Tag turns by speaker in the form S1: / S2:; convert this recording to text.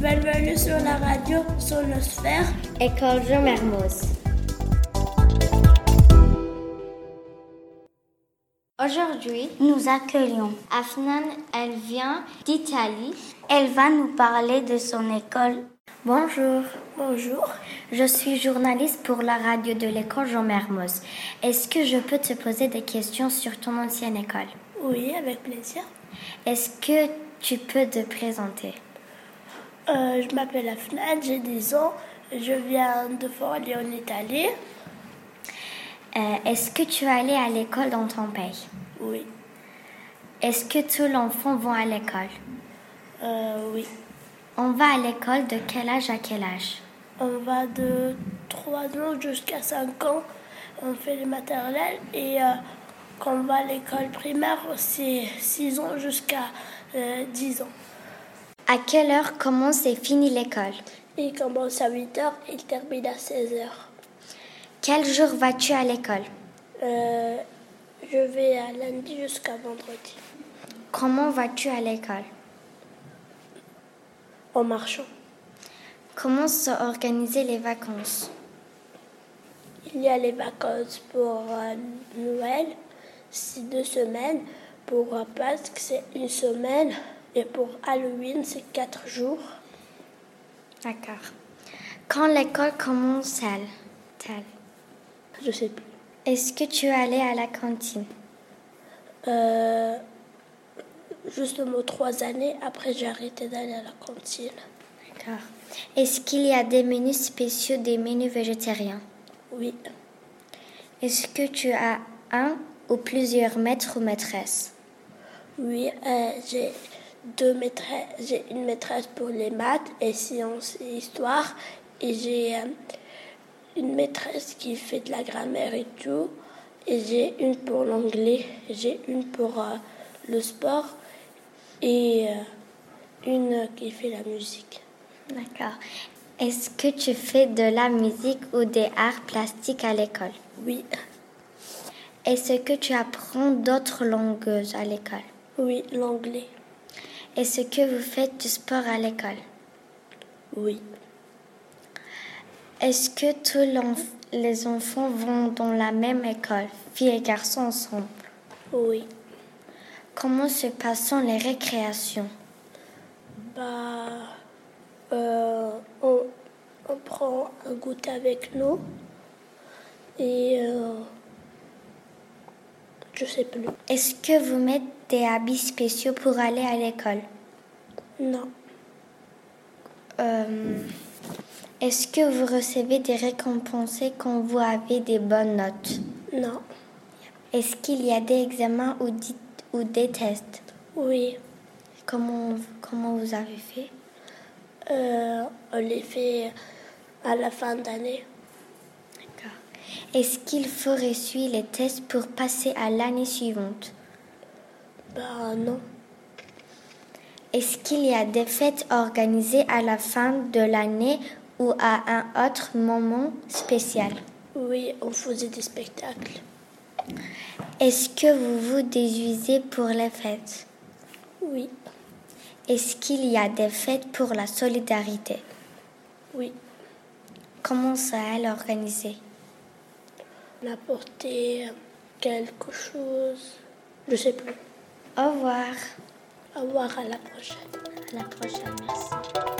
S1: Bienvenue sur la radio Sonosphère.
S2: École Jean Mermoz. Aujourd'hui,
S3: nous accueillons.
S2: Afnan, elle vient d'Italie.
S3: Elle va nous parler de son école.
S4: Bonjour,
S3: Bonjour.
S4: je suis journaliste pour la radio de l'école Jean Mermoz. Est-ce que je peux te poser des questions sur ton ancienne école
S3: Oui, avec plaisir.
S4: Est-ce que tu peux te présenter
S3: Euh, je m'appelle Afnan, j'ai 10 ans. Je viens de Forlì en Italie.
S4: Euh, Est-ce que tu es allé à l'école dans ton pays
S3: Oui.
S4: Est-ce que tous les enfants vont à l'école
S3: Euh, oui.
S4: On va à l'école de quel âge à quel âge
S3: On va de 3 ans jusqu'à 5 ans. On fait les maternelles et euh, quand on va à l'école primaire, c'est 6 ans jusqu'à euh, 10 ans.
S4: À quelle heure commence et finit l'école
S3: Il commence à 8 heures, il termine à 16 heures.
S4: Quel jour vas-tu à l'école
S3: Euh, je vais à lundi jusqu'à vendredi
S4: Comment vas-tu à l'école
S3: en marchant.
S4: Comment sont organisées les vacances
S3: Il y a les vacances pour euh, Noël, c'est deux semaines. Pour euh, Pâques, c'est une semaine. Et pour Halloween, c'est quatre jours.
S4: D'accord. Quand l'école commence-t-elle Telle.
S3: Je sais plus.
S4: Est-ce que tu es allé à la cantine
S3: Euh, justement, trois années après, j'ai arrêté d'aller à la cantine.
S4: D'accord. Est-ce qu'il y a des menus spéciaux, des menus végétariens
S3: Oui,
S4: Est-ce que tu as un ou plusieurs maîtres ou maîtresses
S3: oui, euh, j'ai deux maîtresses. J'ai une maîtresse pour les maths et sciences et histoire. Et j'ai euh, une maîtresse qui fait de la grammaire et tout. Et j'ai une pour l'anglais. J'ai une pour euh, le sport. Et euh, une qui fait la musique.
S4: D'accord. Est-ce que tu fais de la musique ou des arts plastiques à l'école
S3: Oui,
S4: Est-ce que tu apprends d'autres langues à l'école
S3: oui, l'anglais.
S4: Est-ce que vous faites du sport à l'école
S3: Oui,
S4: Est-ce que tous l'enf- les enfants vont dans la même école, filles et garçons ensemble
S3: oui.
S4: Comment se passent les récréations
S3: Bah, euh, on, on prend un goûter avec nous et euh, je sais plus.
S4: Est-ce que vous mettez des habits spéciaux pour aller à l'école
S3: Non,
S4: Euh, Est-ce que vous recevez des récompenses quand vous avez des bonnes notes
S3: non,
S4: Est-ce qu'il y a des examens ou, dit- ou des tests
S3: oui.
S4: comment, comment vous avez fait
S3: Euh, on les fait à la fin d'année.
S4: D'accord. Est-ce qu'il faut réussir les tests pour passer à l'année suivante
S3: Bah, non,
S4: Est-ce qu'il y a des fêtes organisées à la fin de l'année ou à un autre moment spécial
S3: oui, on faisait des spectacles.
S4: Est-ce que vous vous déguisez pour les fêtes
S3: Oui,
S4: Est-ce qu'il y a des fêtes pour la solidarité
S3: oui.
S4: Comment ça elle organisée
S3: On a porté quelque chose. Je sais plus.
S4: Au revoir.
S3: Au revoir à la prochaine.
S4: À la prochaine, merci.